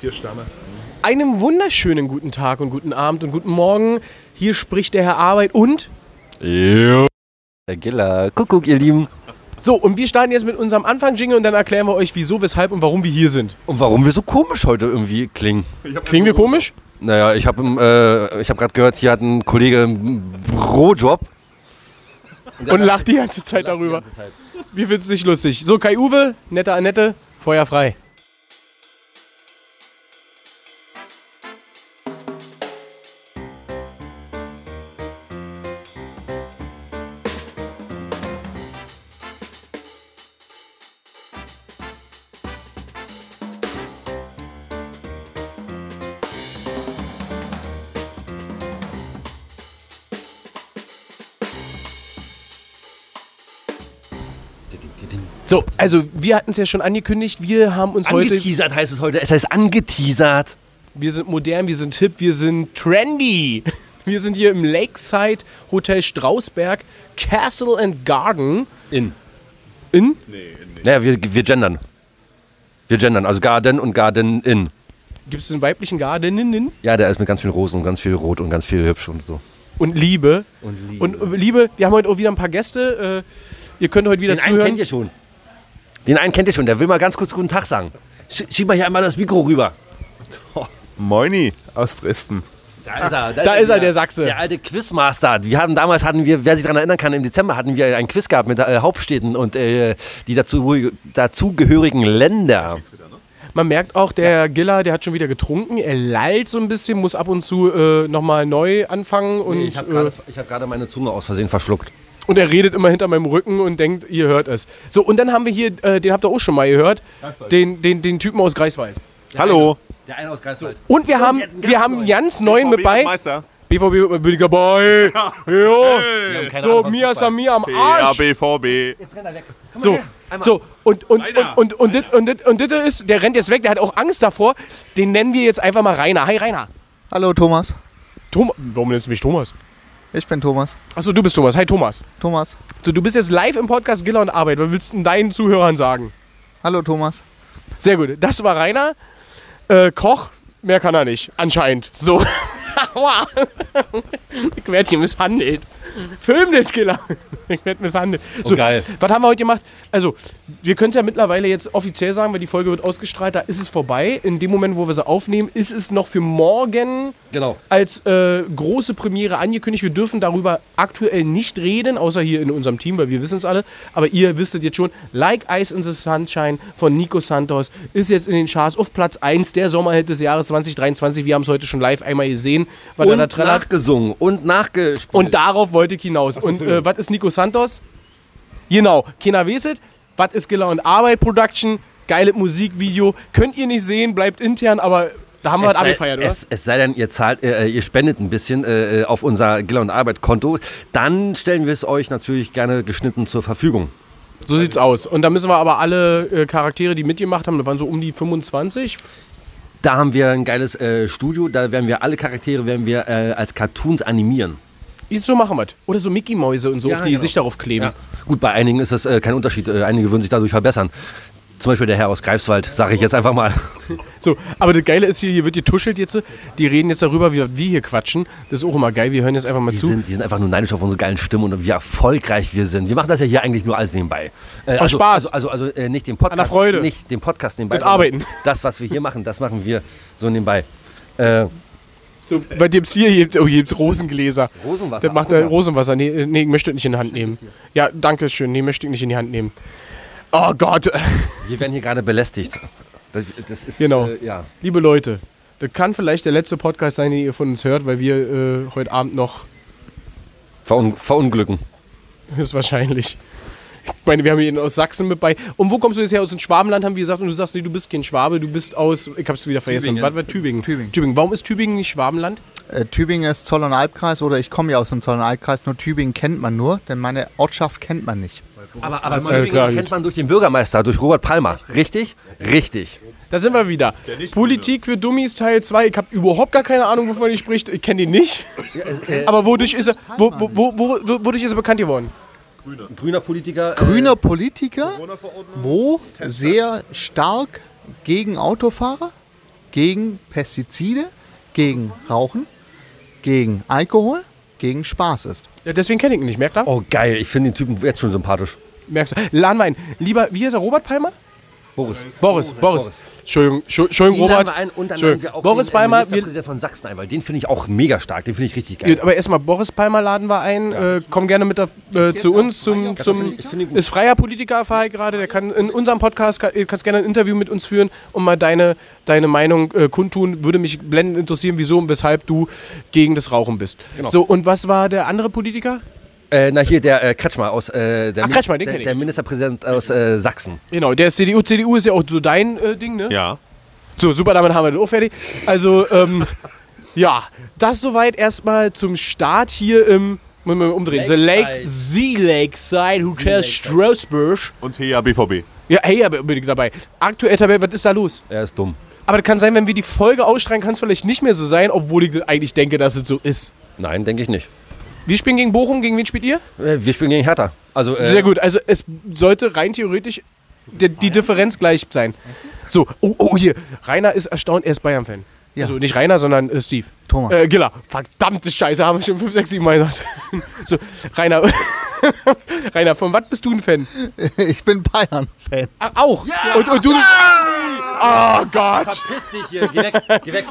Vier Sterne. Einem wunderschönen guten Tag und guten Abend und guten Morgen. Hier spricht der Herr Arbeit und Jo. Herr Giller, Kuckuck, ihr Lieben. so, und wir starten jetzt mit unserem Anfang-Jingle und dann erklären wir euch, wieso, weshalb und warum wir hier sind. Und warum wir so komisch heute irgendwie klingen? Klingen wir komisch? Naja, ich habe äh, ich hab gerade gehört, hier hat ein Kollege einen Bürojob. Und lacht die ganze Zeit darüber. Wir finden es nicht lustig. So, Kai-Uwe, nette Annette, Feuer frei. So, also wir hatten es ja schon angekündigt, wir haben uns heute, Angeteasert heißt es heute. Es heißt angeteasert. wir sind modern, wir sind hip, wir sind trendy. Wir sind hier im Lakeside Hotel Strausberg, Castle and Garden In. in Naja, wir, wir gendern. Wir gendern, also Garden und Garden in. Gibt es einen weiblichen Gardeninnen Ja, der ist mit ganz vielen Rosen und ganz viel Rot und ganz viel hübsch und so. und Liebe? Und Liebe. Und äh, Liebe, wir haben heute auch wieder ein paar Gäste. Äh, ihr könnt heute wieder Den einen kennt zuhören. ihr schon. Den einen kennt ihr schon, der will mal ganz kurz guten Tag sagen. Sch schieb mal hier einmal das Mikro rüber. Moini aus Dresden. Da ist er, Da ist er, wieder. der Sachse. Der alte Quizmaster. Wir hatten damals, hatten wir, wer sich daran erinnern kann, im Dezember hatten wir einen Quiz gehabt mit äh, Hauptstädten und äh, die dazu, dazugehörigen Länder. Man merkt auch, der Giller, der hat schon wieder getrunken. Er lallt so ein bisschen, muss ab und zu äh, nochmal neu anfangen. Und, Ich habe äh, gerade hab meine Zunge aus Versehen verschluckt. und er redet immer hinter meinem Rücken und denkt, ihr hört es. So, und dann haben wir hier, äh, den habt ihr auch schon mal gehört, den, den, den Typen aus Greifswald. Hallo. Der eine aus Greifswald. Und wir haben, jetzt einen wir ganz haben einen neuen. ganz neuen mit bei. Meister. BVB bin ich dabei. Jo. So, Mia Samir am Ja, Arsch. BVB. So, so und und und und und dit- und dit- und dit ist, der rennt jetzt weg, der hat auch Angst davor. Den nennen wir jetzt einfach mal Rainer. Hi Rainer. Hallo Thomas, Thomas, warum nennst du mich Thomas? ich bin Thomas. Achso, du bist Thomas. Hi Thomas. Thomas, So, du bist jetzt live im Podcast Giller und Arbeit. Was willst du denn deinen Zuhörern sagen? hallo Thomas. Sehr gut. Das war Rainer. Äh, Koch, mehr kann er nicht. Anscheinend. So. Aua. ich werde hier misshandelt. Oh, Film das, Killer. Ich werde misshandelt. So, geil. Was haben wir heute gemacht? Also, wir können es ja mittlerweile jetzt offiziell sagen, weil die Folge wird ausgestrahlt. Da ist es vorbei. In dem Moment, wo wir sie aufnehmen, ist es noch für morgen Genau. als äh, große Premiere angekündigt. Wir dürfen darüber aktuell nicht reden, außer hier in unserem Team, weil wir wissen es alle. Aber ihr wisstet jetzt schon, Like Ice in the Sunshine von Nico Santos ist jetzt in den Charts auf Platz 1 der Sommerhit des Jahres 2023. Wir haben es heute schon live einmal gesehen, weil er Und da trällert. nachgesungen und nachgespielt. Und darauf wollte ich hinaus. und äh, was ist Nico Santos? Genau, Kena Weset. Was ist Giller und Arbeit Production? Geiles Musikvideo. Könnt ihr nicht sehen, bleibt intern, aber da haben wir was sei, abgefeiert, oder? Es, es sei denn, ihr zahlt, äh, ihr spendet ein bisschen äh, auf unser Giller und Arbeit Konto, dann stellen wir es euch natürlich gerne geschnitten zur Verfügung. Äh, So sieht's aus. Und da müssen wir aber alle äh, Charaktere, die mitgemacht haben, da waren so um die 25. Da haben wir ein geiles äh, Studio, da werden wir alle Charaktere werden wir äh, als Cartoons animieren. Jetzt so machen wir's. Oder so Mickey-Mäuse und so, Ja, auf die genau. sich darauf kleben. Ja. Gut, bei einigen ist das äh, kein Unterschied, äh, einige würden sich dadurch verbessern. Zum Beispiel der Herr aus Greifswald, sage ich jetzt einfach mal. So, aber das Geile ist hier, hier wird getuschelt jetzt. Die reden jetzt darüber, wie wir hier quatschen. Das ist auch immer geil. Wir hören jetzt einfach mal Die zu. sind, die sind einfach nur neidisch auf unsere geilen Stimmen und wie erfolgreich wir sind. Wir machen das ja hier eigentlich nur alles nebenbei. Äh, also, Spaß. Also, also, also äh, nicht den Podcast. An der Freude. Nicht den Podcast nebenbei. Mit sondern Arbeiten. Das, was wir hier machen, das machen wir so nebenbei. Äh, so weil die gibt's hier, hier gibt's, oh, hier gibt's Rosengläser. Rosenwasser. Das macht er Rosenwasser. Nee, äh, nee, möchte ich nicht in die Hand nehmen. Ja, danke schön. Nee, möchte ich nicht in die Hand nehmen. Oh Gott. wir werden hier gerade belästigt. Das, das ist, Genau. Äh, ja. Liebe Leute, das kann vielleicht der letzte Podcast sein, den ihr von uns hört, weil wir äh, heute Abend noch Verun verunglücken. Ist wahrscheinlich. Ich meine, wir haben ihn aus Sachsen mit bei. Und wo kommst du jetzt her? Aus dem Schwabenland haben wir gesagt. Und du sagst, nee, du bist kein Schwabe, du bist aus. Ich hab's wieder vergessen. Tübingen. Was war Tübingen? Tübingen. Tübingen. Warum ist Tübingen nicht Schwabenland? Äh, Tübingen ist Zoll- und Albkreis oder ich komme ja aus dem Zoll- und Albkreis, nur Tübingen kennt man nur, denn meine Ortschaft kennt man nicht. Aber, aber Ja, klar, Tübingen gut. kennt man durch den Bürgermeister, durch Robert Palmer. Richtig? Richtig. Da sind wir wieder. Politik für Dummies Teil 2. Ich habe überhaupt gar keine Ahnung, wovon ihr spricht. Ich kenne ihn nicht. Aber wodurch ist er, wo, wo, wo, wo, wodurch ist er bekannt geworden? Grüner Politiker. äh, Grüner Politiker, wo sehr stark gegen Autofahrer gegen Pestizide, gegen Rauchen, gegen Alkohol, gegen Spaß ist. Ja, deswegen kenne ich ihn nicht, merkt er? Oh, geil. Ich finde den Typen jetzt schon sympathisch. Merkst du? Laden wir ein. Lieber, wie heißt er, Robert Palmer? Oh, Boris. Boris, Boris. Entschuldigung, Schu- Entschuldigung, Ihn laden Robert. wir ein und dann laden wir Entschuldigung. auch Boris den, äh, Palmer, wir, Ministerpräsident von Sachsen ein, weil den finde ich auch mega stark. Den finde ich richtig geil. Gut, aber erstmal Boris Palmer laden wir ein. Äh, komm gerne mit da, äh, jetzt zu auch uns zum, freier zum Politiker? Ich finde ihn gut. ist freier Politiker Verhey gerade. Der kann in unserem Podcast kann, kannst gerne ein Interview mit uns führen und mal deine deine Meinung äh, kundtun. Würde mich blendend interessieren, wieso und weshalb du gegen das Rauchen bist. So und was war der andere Politiker? Äh, na hier, der äh, Kretschmer aus äh, der, Ach, Kretschmer, den der, kenn ich. der Ministerpräsident aus äh, Sachsen. Genau, der ist CDU. CDU ist ja auch so dein äh, Ding, ne? Ja. So, super, damit haben wir das auch fertig. Also, ähm, ja, das soweit erstmal zum Start hier im. Müssen wir umdrehen. The Lake, Lakeside. the Lakeside Hotel Lakeside. Strasbourg. Und Thea BVB. Ja, hey, aber unbedingt dabei. Aktuell Tabelle, was ist da los? Er ist dumm. Aber das kann sein, wenn wir die Folge ausstrahlen, kann es vielleicht nicht mehr so sein, obwohl ich eigentlich denke, dass es so ist. Nein, denke ich nicht. Wir spielen gegen Bochum, gegen wen spielt ihr? Äh, wir spielen gegen Hertha. Also, äh, Sehr gut, also es sollte rein theoretisch die, die Differenz gleich sein. So, oh, oh, hier. Rainer ist erstaunt, er ist Bayern-Fan. Ja. Also nicht Rainer, sondern äh, Steve. Thomas. Äh, Giller. Verdammte Scheiße, haben wir schon 5, 6, 7 Mal gesagt. so, Rainer. Rainer, von was bist du ein Fan? Ich bin Bayern-Fan. Ah, auch. Und, und du nicht. Oh Gott. Piss dich hier, geh weg, geh weg.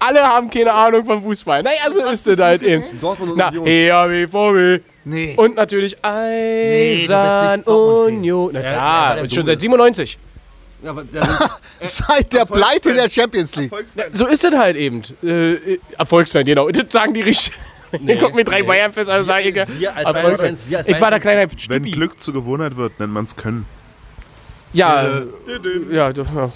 alle haben keine Ahnung von Fußball. Naja, so ist es halt eben. Dortmund und Na, eh. Union. ja, wie VW. Nee. Und natürlich du bist nicht Eisern Dortmund-Fan. Union. Na ja, klar, der und schon Double. seit 97. Ja, aber der ist- Seit der Pleite der Champions League. So ist es halt eben. Äh, Erfolgsfeind, genau. Das sagen die richtig. Ihr guckt mir drei Bayern fest, also sag ich, wir als Erfolgsfeind. Bayern-Fans, wir als ich war der Bayern-Fans- kleine Wenn Stippi. Glück zur Gewohnheit wird, nennt man es Können. äh, Ja, ja, doch, ja.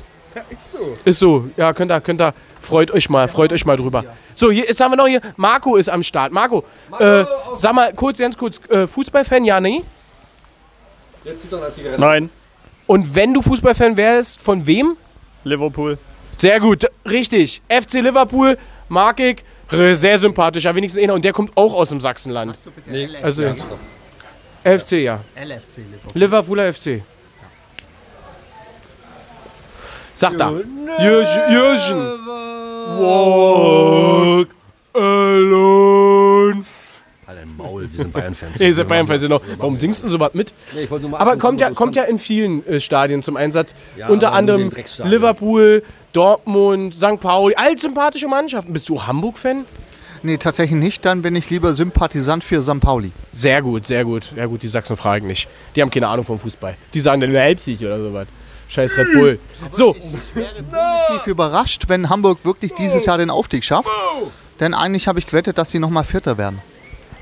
Ist so, ja, könnt ihr, könnt ihr, freut euch mal, freut euch mal drüber. So, hier, jetzt haben wir noch hier, Marco ist am Start. Marco, äh, sag mal kurz, ganz kurz, äh, Fußballfan, ja, nee? Jetzt zieht doch eine Zigarette. Nein, Und wenn du Fußballfan wärst, von wem? Liverpool. Sehr gut, richtig. FC Liverpool, mag ich, r- sehr sympathisch, ja, wenigstens einer. Und der kommt auch aus dem Sachsenland. Also jetzt. FC, ja. LFC Liverpool. Liverpooler FC. Sag da. Jürgen. Jürgen. Walk alone. Alle im Maul, wir sind Bayern-Fans. Nee, seid Bayern Fans noch. Warum singst du denn sowas mit? Nee, ich wollte nur mal Aber abrufen, kommt ja, wo es kommt ja in vielen äh, Stadien zum Einsatz. Ja, Unter aber in anderem den Drecksstadien. Liverpool, Dortmund, Stand Pauli. All sympathische Mannschaften. Bist du Hamburg-Fan? Nee, tatsächlich nicht. Dann bin ich lieber Sympathisant für St. Pauli. Sehr gut, sehr gut. Ja gut, die Sachsen fragen nicht. Die haben keine Ahnung vom Fußball. Die sagen dann Leipzig oder sowas. Scheiß Red Bull. Hm. So, Tief überrascht, wenn Hamburg wirklich dieses Jahr den Aufstieg schafft. Denn eigentlich habe ich gewettet, dass sie nochmal Vierter werden.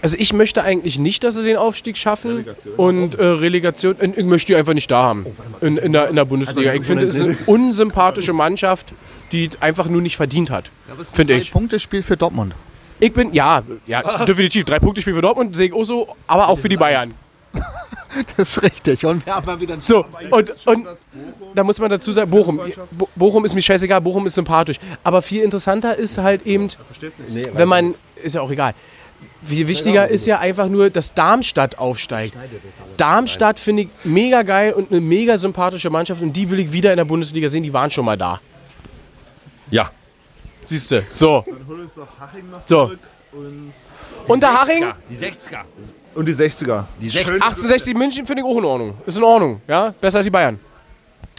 also ich möchte eigentlich nicht, dass sie den Aufstieg schaffen. Und äh, Relegation, und ich möchte die einfach nicht da haben. In, in, der, in der Bundesliga. Ich finde, es ist eine unsympathische Mannschaft, die einfach nur nicht verdient hat. Finde ich. Punktespiel für Dortmund. Ich bin, ja, ja, definitiv. Drei Punkte Spiel für Dortmund, sehe ich auch so, aber auch für die Bayern. Das ist richtig. Und wir haben mal wieder So, und, und da muss man dazu sagen, Bochum, Bo Bochum ist mir scheißegal, Bochum ist sympathisch. Aber viel interessanter ist halt eben, wenn man, ist ja auch egal. Viel wichtiger ist ja einfach nur, dass Darmstadt aufsteigt. Darmstadt finde ich mega geil und eine mega sympathische Mannschaft und die will ich wieder in der Bundesliga sehen, die waren schon mal da. Ja. Siehst du, so. So. Und der Haching, Die 60er. Und die 60er. Die 60er. 68 München finde ich auch in Ordnung. Ist in Ordnung, ja? Besser als die Bayern.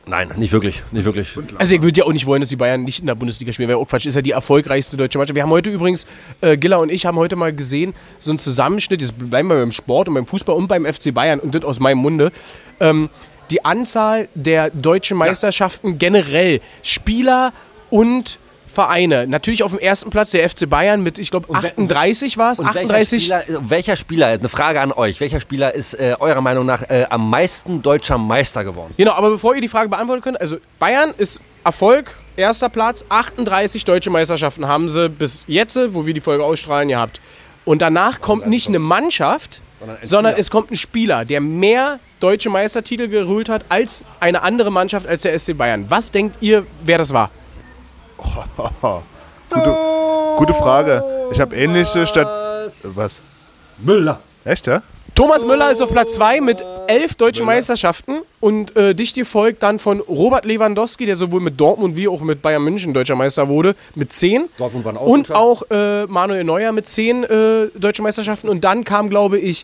Nein, nicht wirklich, nicht wirklich. Also ich würde ja auch nicht wollen, dass die Bayern nicht in der Bundesliga spielen, weil auch Quatsch ist ja die erfolgreichste deutsche Mannschaft. Wir haben heute übrigens, äh, Giller und ich haben heute mal gesehen, so einen Zusammenschnitt, jetzt bleiben wir beim Sport und beim Fußball und beim FC Bayern und das aus meinem Munde, ähm, die Anzahl der deutschen Meisterschaften generell, Spieler und Vereine. Natürlich auf dem ersten Platz der FC Bayern mit, ich glaube, Und we- 38 war es, Und 38. Welcher Spieler, äh, welcher Spieler, eine Frage an euch, welcher Spieler ist äh, eurer Meinung nach äh, am meisten deutscher Meister geworden? Genau, aber bevor ihr die Frage beantworten könnt, also Bayern ist Erfolg, erster Platz, 38 deutsche Meisterschaften haben sie bis jetzt, wo wir die Folge ausstrahlen, gehabt. Und danach kommt nicht eine Mannschaft, ein sondern Spieler. es kommt ein Spieler, der mehr deutsche Meistertitel geholt hat als eine andere Mannschaft als der SC Bayern. Was denkt ihr, wer das war? Gute Frage. Ich habe ähnliche Stadt. Was? Müller. Echt, ja? Thomas Müller ist auf Platz 2 mit elf deutschen Meisterschaften und äh, dicht gefolgt dann von Robert Lewandowski, der sowohl mit Dortmund wie auch mit Bayern München deutscher Meister wurde, mit zehn. Dortmund waren auch Und schon auch äh, Manuel Neuer mit zehn äh, deutschen Meisterschaften. Und dann kam, glaube ich,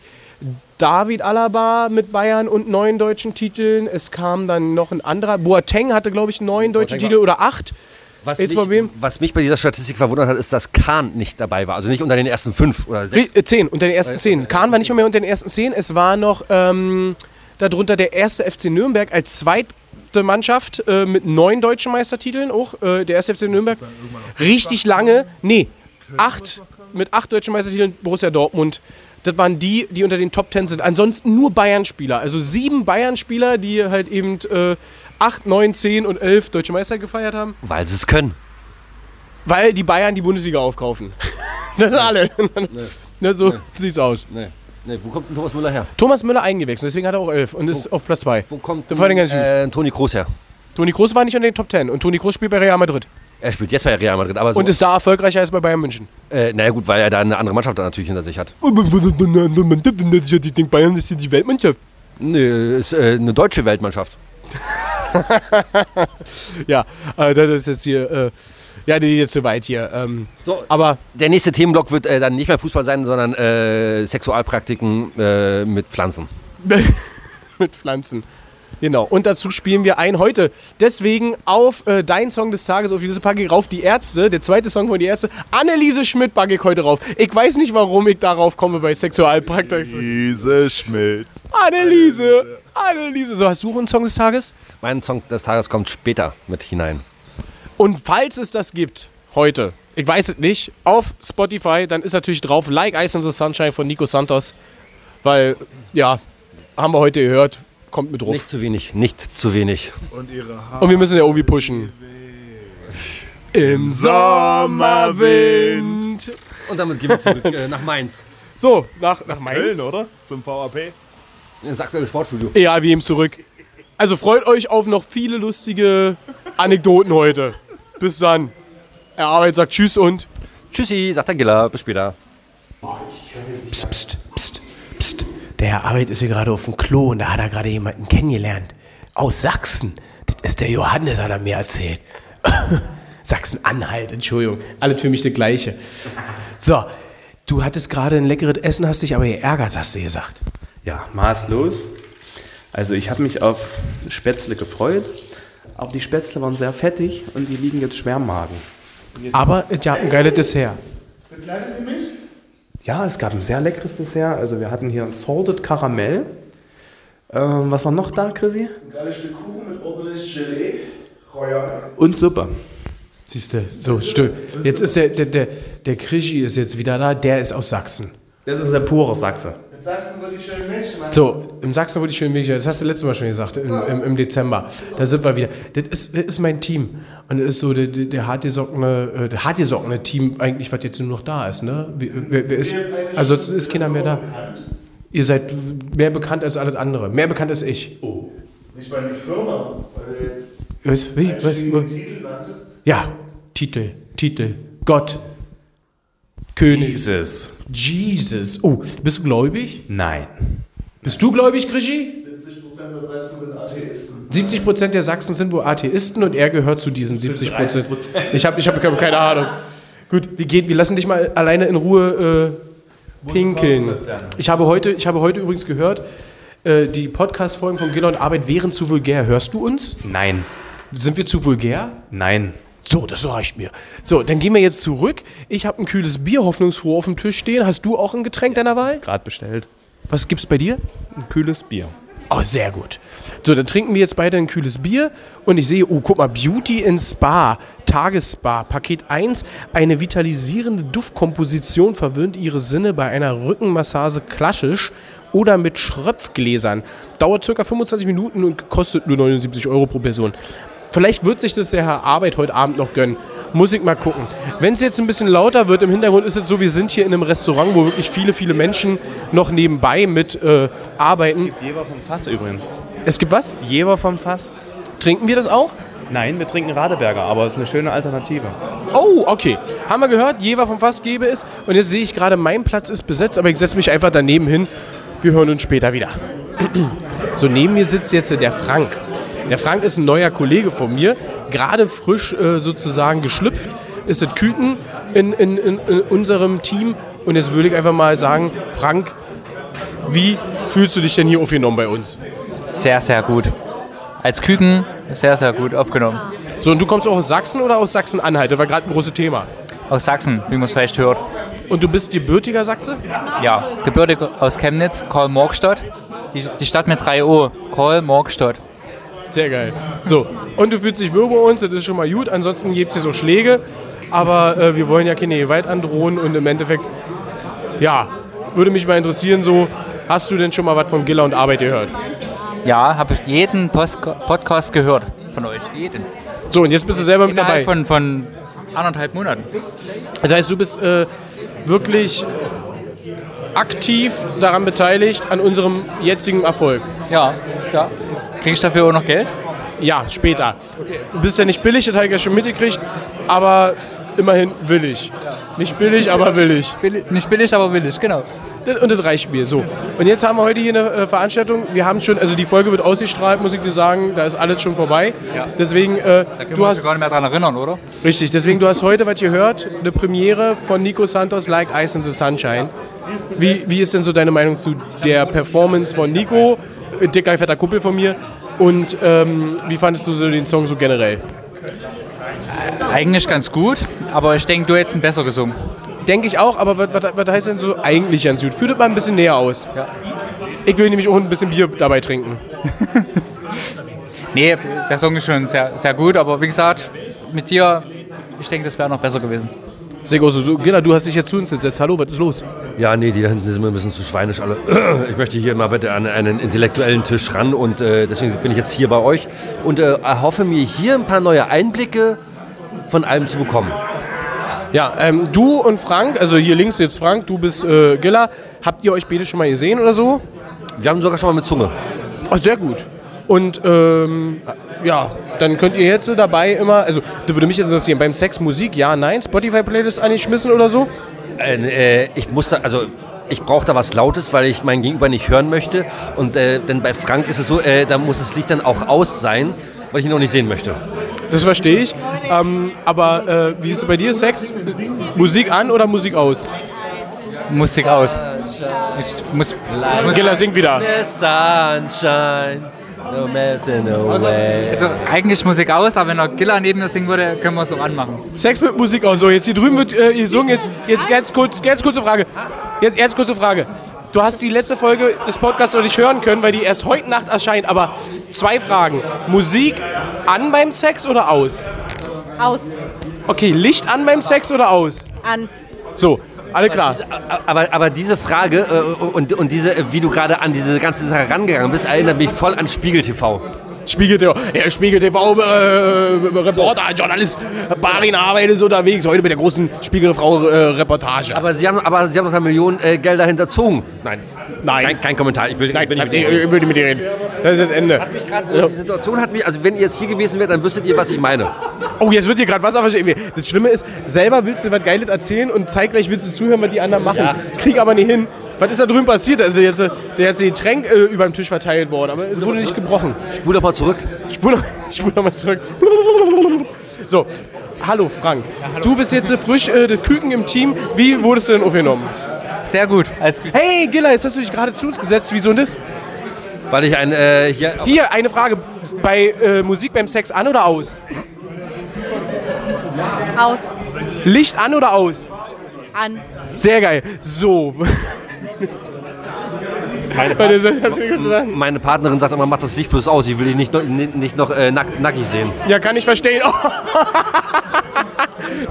David Alaba mit Bayern und neun deutschen Titeln. Es kam dann noch ein anderer. Boateng hatte, glaube ich, neun deutsche Boateng war- Titel oder acht. Was Jetzt mich, mal wem? was mich bei dieser Statistik verwundert hat, ist, dass Kahn nicht dabei war. Also nicht unter den ersten fünf oder sechs. Äh, Zehn, unter den ersten zehn. Kahn war nicht mal mehr unter den ersten zehn. Es war noch ähm, darunter der erste FC Nürnberg als zweite Mannschaft äh, mit neun deutschen Meistertiteln. Auch äh, der erste FC Nürnberg. Richtig lange. Nee, acht. Mit acht deutschen Meistertiteln Borussia Dortmund. Das waren die, die unter den Top Ten sind. Ansonsten nur Bayern-Spieler. Also sieben Bayern-Spieler, die halt eben äh, acht, neun, zehn und elf deutsche Meister gefeiert haben. Weil sie es können. Weil die Bayern die Bundesliga aufkaufen. Das sind alle. Ne, so sieht's aus. Nee. Nee, wo kommt denn Thomas Müller her? Oh. Thomas Müller eingewechselt, deswegen hat er auch 11 und ist auf Platz 2. Wo kommt Dann fahr den ganz äh, Toni Kroos her? Toni Kroos war nicht unter den Top 10 und Toni Kroos spielt bei Real Madrid Er spielt jetzt bei Real Madrid, aber so. und ist da erfolgreicher als bei Bayern München. äh, naja gut, weil er da eine andere Mannschaft dann natürlich hinter sich hat. Ich denke, Bayern ist hier die Weltmannschaft. Nö, ist äh, eine deutsche Weltmannschaft. Ja, äh, das ist jetzt hier, äh, ja, die jetzt zu weit hier. Ähm, So, aber der nächste Themenblock wird äh, dann nicht mehr Fußball sein, sondern äh, Sexualpraktiken äh, mit Pflanzen. mit Pflanzen. Genau, und dazu spielen wir ein heute. Deswegen auf äh, deinen Song des Tages, auf diese Packung rauf, die Ärzte, der zweite Song von die Ärzte, Anneliese Schmidt packe ich heute rauf. Ich weiß nicht, warum ich darauf komme bei Sexualpraktik. Luise Schmidt. Anneliese, Anneliese. So, hast du einen Song des Tages? Mein Song des Tages kommt später mit hinein. Und falls es das gibt, heute, ich weiß es nicht, auf Spotify, dann ist natürlich drauf Like Ice in the Sunshine von Nico Santos. Weil, ja, haben wir heute gehört, kommt mit drauf. Nicht zu wenig, nicht zu wenig. Und ihre Haare. Und wir müssen ja irgendwie pushen. Im Sommerwind. Und damit gehen wir zurück äh, nach Mainz. So, nach, nach Mainz. Köln, oder? Zum VAP. Ins aktuelle Sportstudio. Egal, wir eben zurück. Also freut euch auf noch viele lustige Anekdoten heute. Bis dann. Er Arbeit sagt Tschüss und. Tschüssi, sagt der Giller. Bis später. Psst, psst, psst, psst. Der Herr Arbeit ist hier gerade auf dem Klo und da hat er gerade jemanden kennengelernt. Aus Sachsen. Das ist der Johannes, hat er mir erzählt. Sachsen-Anhalt, Entschuldigung. Alles für mich das Gleiche. So, du hattest gerade ein leckeres Essen, hast dich aber geärgert, hast du gesagt. Ja, maßlos. Also ich habe mich auf Spätzle gefreut, aber die Spätzle waren sehr fettig und die liegen jetzt schwer im Magen. Aber es gab ein geiles Dessert. Ja, es gab ein sehr leckeres Dessert. Also wir hatten hier ein Salted Karamell. Ähm, was war noch da, Chrissy? Ein geiles Stück Kuchen mit ordentlich Gelee, Royal. Und Suppe. Siehst du, so, stimmt. Jetzt ist der, der, der, der Krischi ist jetzt wieder da, der ist aus Sachsen. Das ist der pure Sachse. So, im Sachsen wurde ich schön wenig, das hast du letztes Mal schon gesagt, im, im, im Dezember. Da sind wir wieder. Das ist, das ist mein Team. Und das ist so der, der, der hartgesockene, äh, der hartgesockene Team eigentlich, was jetzt nur noch da ist, ne? Wie- Wer, wer ist, also sonst ist keiner mehr da. Ihr seid mehr bekannt als alles andere. Mehr bekannt als ich. Nicht mal die Firma, weil du jetzt Was, wie, was, was? den Titel nanntest. Ja, Titel, Titel, Gott, König, Dieses. Jesus. Oh, bist du gläubig? Nein. Bist du gläubig, Krischi? 70% der Sachsen sind Atheisten. 70% der Sachsen sind wohl Atheisten und er gehört zu diesen 70%. Ich habe ich hab keine Ahnung. Gut, wir gehen, wir lassen dich mal alleine in Ruhe äh, pinkeln. Ich habe, heute, ich habe heute übrigens gehört, äh, die Podcast-Folgen von Giller und Arbeit wären zu vulgär. Hörst du uns? Nein. Sind wir zu vulgär? Nein. So, das reicht mir. So, dann gehen wir jetzt zurück. Ich habe ein kühles Bier hoffnungsfroh auf dem Tisch stehen. Hast du auch ein Getränk deiner Wahl? Gerade bestellt. Was gibt's bei dir? Ein kühles Bier. Oh, sehr gut. So, dann trinken wir jetzt beide ein kühles Bier und ich sehe, oh, guck mal, Beauty in Spa, Tagesspa, Paket 1, eine vitalisierende Duftkomposition verwöhnt ihre Sinne bei einer Rückenmassage klassisch oder mit Schröpfgläsern. Dauert circa 25 Minuten und kostet nur 79 Euro pro Person. Vielleicht wird sich das der Herr Arbeit heute Abend noch gönnen. Muss ich mal gucken. Wenn es jetzt ein bisschen lauter wird, im Hintergrund ist es so, wir sind hier in einem Restaurant, wo wirklich viele, viele Menschen noch nebenbei mit äh, arbeiten. Jever vom Fass übrigens. Es gibt was? Jever vom Fass? Trinken wir das auch? Nein, wir trinken Radeberger, aber es ist eine schöne Alternative. Oh, okay. Haben wir gehört, Jever vom Fass gäbe es. Und jetzt sehe ich gerade, mein Platz ist besetzt, aber ich setze mich einfach daneben hin. Wir hören uns später wieder. So, neben mir sitzt jetzt der Frank. Der Frank ist ein neuer Kollege von mir, gerade frisch äh, sozusagen geschlüpft, ist das Küken in, in, in, in unserem Team. Und jetzt würde ich einfach mal sagen, Frank, wie fühlst du dich denn hier aufgenommen bei uns? Sehr, sehr gut. Als Küken sehr, sehr gut aufgenommen. So, und du kommst auch aus Sachsen oder aus Sachsen-Anhalt? Das war gerade ein großes Thema. Aus Sachsen, wie man es vielleicht hört. Und du bist gebürtiger Sachse? Ja, gebürtig aus Chemnitz, Karl Morgstadt. Die, die Stadt mit 3 O, Karl Morgstadt. Sehr geil. So, und du fühlst dich wohl bei uns, das ist schon mal gut. Ansonsten gibt es hier so Schläge, aber äh, wir wollen ja keine Gewalt androhen und im Endeffekt, ja, würde mich mal interessieren, so, hast du denn schon mal was von Giller und Arbeit gehört? Ja, habe ich jeden Post Podcast gehört von euch. Jeden. So, und jetzt bist du selber mit dabei. Innerhalb von, von anderthalb Monaten. Das heißt, du bist äh, wirklich aktiv daran beteiligt, an unserem jetzigen Erfolg. Ja, ja. Kriegst du dafür auch noch Geld? Ja, später. Du bist ja nicht billig, das habe ich ja schon mitgekriegt, aber immerhin willig. Nicht billig, aber willig. Billig, nicht billig, aber billig, genau. Das- Und das reicht mir. So. Und jetzt haben wir heute hier eine äh, Veranstaltung. Wir haben schon, also die Folge wird ausgestrahlt, muss ich dir sagen. Da ist alles schon vorbei. Deswegen, äh, du Du hast hast, gar nicht mehr daran erinnern, oder? richtig, deswegen, du hast heute was gehört. Eine Premiere von Nico Santos, Like Ice in the Sunshine. Wie, wie ist denn so deine Meinung zu der Performance von Nico? Äh, Dicker, fetter Kumpel von mir. Und ähm, wie fandest du so den Song so generell? Eigentlich ganz gut, aber ich denke, du hättest ihn besser gesungen. Denke ich auch, aber was, was, was heißt denn so eigentlich ganz gut? Führt das mal ein bisschen näher aus. Ich will nämlich auch ein bisschen Bier dabei trinken. Nee, der Song ist schon sehr, sehr gut, aber wie gesagt, mit dir, ich denke, das wäre noch besser gewesen. Sego, so, also du, Gilla, du hast dich jetzt zu uns gesetzt. Hallo, was ist los? Ja, nee, die da hinten sind mir ein bisschen zu schweinisch alle. Ich möchte hier mal bitte an einen intellektuellen Tisch ran und äh, deswegen bin ich jetzt hier bei euch und äh, erhoffe mir hier ein paar neue Einblicke von allem zu bekommen. Ja, ähm, du und Frank, also hier links jetzt Frank, du bist äh, Gilla. Habt ihr euch beide schon mal gesehen oder so? Wir haben sogar schon mal mit Zunge. Ach, Oh, sehr gut. Und ähm, ja, dann könnt ihr jetzt dabei immer, also das würde mich jetzt interessieren, beim Sex Musik, ja, nein, Spotify-Playlist angeschmissen oder so? Äh, äh, ich muss da, also ich brauche da was Lautes, weil ich meinen Gegenüber nicht hören möchte. Und äh, denn bei Frank ist es so, äh, da muss das Licht dann auch aus sein, weil ich ihn noch nicht sehen möchte. Das verstehe ich. Ähm, aber äh, wie ist es bei dir, Sex? Musik an oder Musik aus? Musik aus. Ich muss. muss Gilla, sing wieder. Sunshine, no melting also, äh, also eigentlich Musik aus, aber wenn noch Gilla neben mir singen würde, können wir es auch anmachen. Sex mit Musik aus. So, jetzt hier drüben wird äh, gesungen. Jetzt, jetzt ganz kurz, ganz kurze Frage. Jetzt, jetzt kurze Frage. Du hast die letzte Folge des Podcasts noch nicht hören können, weil die erst heute Nacht erscheint. Aber zwei Fragen. Musik an beim Sex oder aus? Aus, Okay, Licht an beim Sex oder aus? an. So, alle klar. Aber, aber diese Frage äh, und, und diese, äh, wie du gerade an diese ganze Sache rangegangen bist, erinnert mich voll an Spiegel TV. Spiegel TV, ja, Spiegel TV äh, Reporter, Journalist, Barin Arbeit ist unterwegs. Heute mit der großen äh, Spiegelfrau-Reportage. Aber sie haben, aber sie haben noch eine Million äh, Gelder hinterzogen. Nein, Nein. kein, kein Kommentar. Ich will, Nein, ich will nicht mit nee, äh, dir reden. ich würde mit dir reden. Das ist das Ende. Also, die Situation hat mich, also wenn ihr jetzt hier gewesen wärt, dann wüsstet ihr, was ich meine. Oh, jetzt wird dir gerade Wasser verschenkt. Das Schlimme ist, selber willst du was Geiles erzählen und zeitgleich willst du zuhören, was die anderen machen. Krieg aber nicht hin. Was ist da drüben passiert? Also jetzt, äh, der hat sich Getränk äh, über dem Tisch verteilt worden, aber es wurde nicht gebrochen. Spul doch mal zurück. Spul noch, spul noch mal zurück. So, hallo Frank. Du bist jetzt äh, frisch äh, das Küken im Team. Wie wurdest du denn aufgenommen? Sehr gut, als Küken. Hey Gilla, jetzt hast du dich gerade zu uns gesetzt. Wieso denn das? Weil ich ein, äh, hier, Hier, eine Frage. Bei äh, Musik beim Sex an oder aus? Aus, Licht an oder aus? an. Sehr geil. So. Bei der Sache hast du nichts zu sagen. meine Partnerin sagt immer, mach das Licht bloß aus, ich will dich nicht, noch- nicht noch äh, nack, nackig sehen. Ja, kann ich verstehen.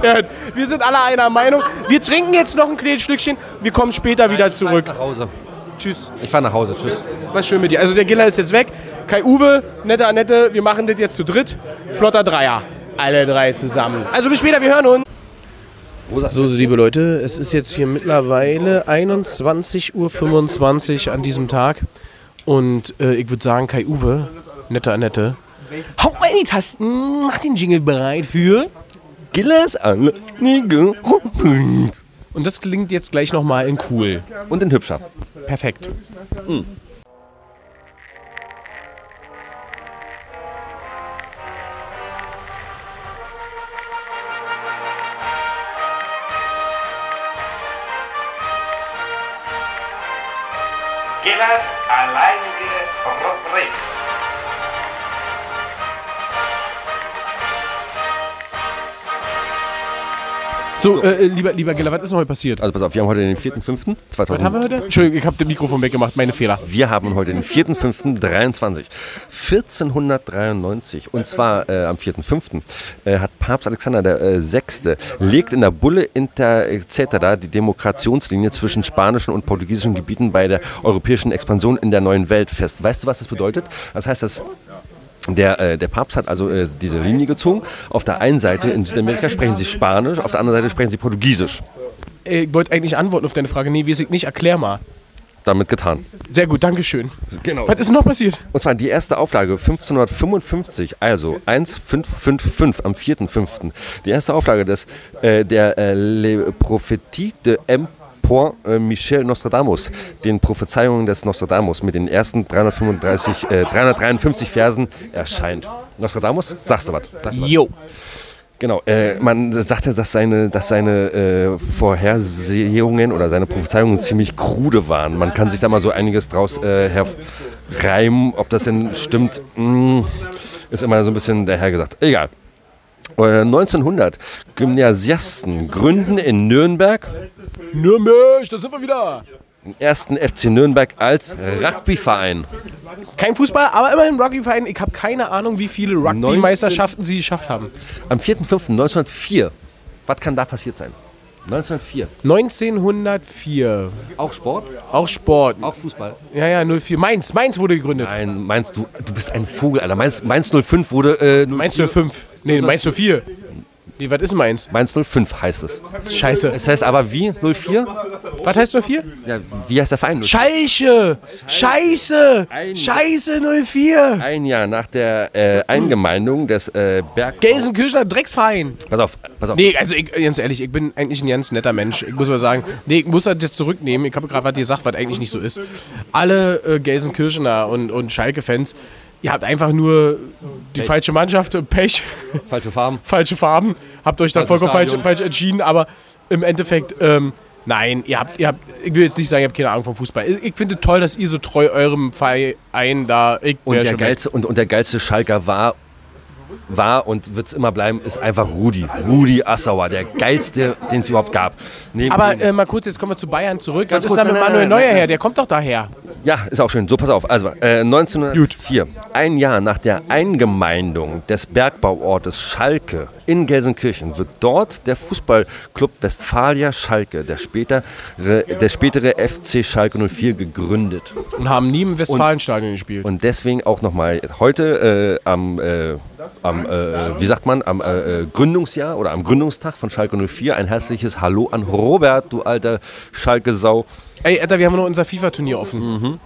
ja, wir sind alle einer Meinung. Wir trinken jetzt noch ein kleines Stückchen. Wir kommen später wieder Ich zurück. fahr nach Hause. Tschüss. Ich fahre nach Hause, tschüss. War schön mit dir. Also der Giller ist jetzt weg. Kai Uwe, nette Annette, wir machen das jetzt zu dritt. Flotter Dreier. Alle drei zusammen. Also bis später, wir hören uns. So, so, liebe Leute, es ist jetzt hier mittlerweile 21.25 Uhr an diesem Tag. Und äh, ich würde sagen, Kai Uwe, nette Annette, haut mal in die Tasten, macht den Jingle bereit für. Gilles an Und das klingt jetzt gleich nochmal in cool. Und in hübscher. Perfekt. Killers alleinige Rubrik. So, äh, lieber, lieber Giller, was ist denn heute passiert? Also pass auf, wir haben heute den 4.5.2000. Was haben wir heute? Entschuldigung, ich habe das Mikrofon weggemacht, meine Fehler. Wir haben heute den 4.5.23. 1493. Und zwar äh, am 4.5. Äh, hat Papst Alexander der äh, Sechste legt in der Bulle inter etc. die Demokrationslinie zwischen spanischen und portugiesischen Gebieten bei der europäischen Expansion in der neuen Welt fest. Weißt du, was das bedeutet? Das heißt, dass der, äh, der Papst hat also äh, diese Linie gezogen. Auf der einen Seite in Südamerika sprechen sie Spanisch, auf der anderen Seite sprechen sie Portugiesisch. Äh, Ich wollte eigentlich antworten auf deine Frage. Nee, weiß ich nicht. Erklär mal. Damit getan. Sehr gut, Dankeschön. Genau. Was ist noch passiert? Und zwar die erste Auflage 1555, also 1555 am 4.5. Die erste Auflage des, äh, der äh, Le Prophétie de M. äh, Michel Nostradamus, den Prophezeiungen des Nostradamus mit den ersten 335, äh, 353 Versen erscheint. Nostradamus, sagst du was? Sagst du was? Jo. Genau, äh, man sagte, dass seine, dass seine äh, Vorhersehungen oder seine Prophezeiungen ziemlich krude waren. Man kann sich da mal so einiges draus äh, herreimen. Ob das denn stimmt, mm, ist immer so ein bisschen dahergesagt. Egal. Äh, 1900, Gymnasiasten gründen in Nürnberg Nürnberg, da sind wir wieder. den ersten FC Nürnberg als Rugbyverein. Kein Fußball, aber immerhin Rugbyverein. Ich habe keine Ahnung, wie viele Rugby-Meisterschaften sie geschafft haben. Am 4.5.1904, was kann da passiert sein? 1904, 1904. auch Sport, Auch Sport. auch Fußball. Ja, ja, 04. Mainz. Mainz wurde gegründet. Nein, meinst du, du bist ein Vogel, Alter. Mainz, Mainz 05 wurde. Äh, 04 Mainz 05. Nee, Mainz 04. Nee, was ist Mainz? Mainz 05 heißt es. Scheiße. Es heißt aber wie 04? Was heißt 04? Ja, wie heißt der Verein? Scheiße! Scheiße! Scheiße 04! Ein Jahr nach der äh, Eingemeindung des äh, Berg. Gelsenkirchener Drecksverein! Pass auf, pass auf. Nee, also ich, ganz ehrlich, ich bin eigentlich ein ganz netter Mensch. Ich muss mal sagen, nee, ich muss das jetzt zurücknehmen. Ich habe gerade was gesagt, was eigentlich nicht so ist. Alle äh, Gelsenkirchener und, und Schalke-Fans, ihr habt einfach nur die falsche Mannschaft, äh, Pech, Falsche Farben. falsche Farben, habt euch dann Falsches vollkommen falsch, Stadion. falsch entschieden, aber im Endeffekt, ähm, nein, ihr habt, ihr habt, ich will jetzt nicht sagen, ihr habt keine Ahnung vom Fußball. Ich, ich finde toll, dass ihr so treu eurem Verein da, ich Und wär der, schon weg. geilste, und, und der geilste Schalker war. War und wird es immer bleiben, ist einfach Rudi. Rudi Assauer, der geilste, den es überhaupt gab. Neben aber Hoeneß. äh, mal kurz, jetzt kommen wir zu Bayern zurück. Was Ganz ist kurz, da mit nein, nein, Manuel nein, Neuer nein, her? Der kommt doch daher. Ja, ist auch schön. So, pass auf. Also, äh, 1904, ein Jahr nach der Eingemeindung des Bergbauortes Schalke in Gelsenkirchen, wird dort der Fußballclub Westfalia Schalke, der spätere, der spätere FC Schalke 04, gegründet. Und haben nie im Westfalenstadion gespielt. Und deswegen auch nochmal heute äh, am, äh, am äh, wie sagt man, am äh, äh, Gründungsjahr oder am Gründungstag von Schalke 04 ein herzliches Hallo an Robert, du alter Schalke-Sau. Ey, Alter, wir haben noch unser FIFA-Turnier offen.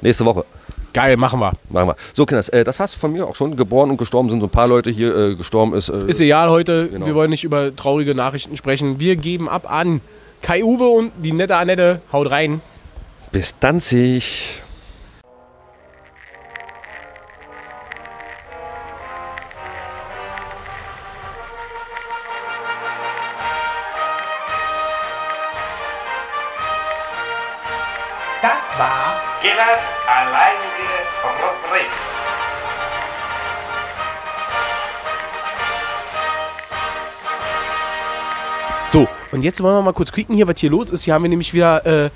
Nächste Woche. Geil, machen wir. Machen wir. So, Kinders, äh, das war's von mir auch schon. Geboren und gestorben sind so ein paar Leute hier. Äh, gestorben ist. Äh, Ist egal heute, wir wollen nicht über traurige Nachrichten sprechen. Wir geben ab an Kai-Uwe und die nette Annette. Haut rein. Bis danzig. Das war Killers alleinige Rubrik. So, und jetzt wollen wir mal kurz kicken hier, was hier los ist. Hier haben wir nämlich wieder. Äh,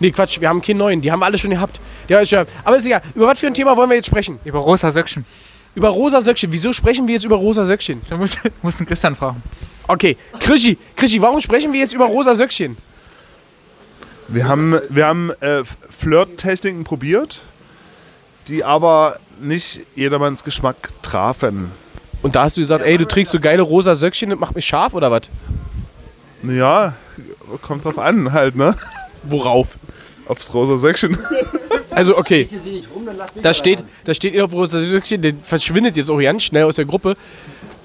nee, Quatsch, wir haben keinen neuen. Die haben wir alle schon gehabt. Der ist ja. Aber ist egal. Über was für ein Thema wollen wir jetzt sprechen? Über Rosa Söckchen. Über Rosa Söckchen. Wieso sprechen wir jetzt über Rosa Söckchen? Da muss, muss den Christian fragen. Okay, Krischi, Krischi, warum sprechen wir jetzt über Rosa Söckchen? Wir haben, wir haben äh, Flirttechniken probiert, die aber nicht jedermanns Geschmack trafen. Und da hast du gesagt, ey, du trägst so geile rosa Söckchen, das macht mich scharf oder was? Ja, kommt drauf an halt, ne? Worauf? Aufs rosa Section. Also okay. Da steht, da steht ihr auf rosa Söckchen, der verschwindet jetzt auch ganz schnell aus der Gruppe.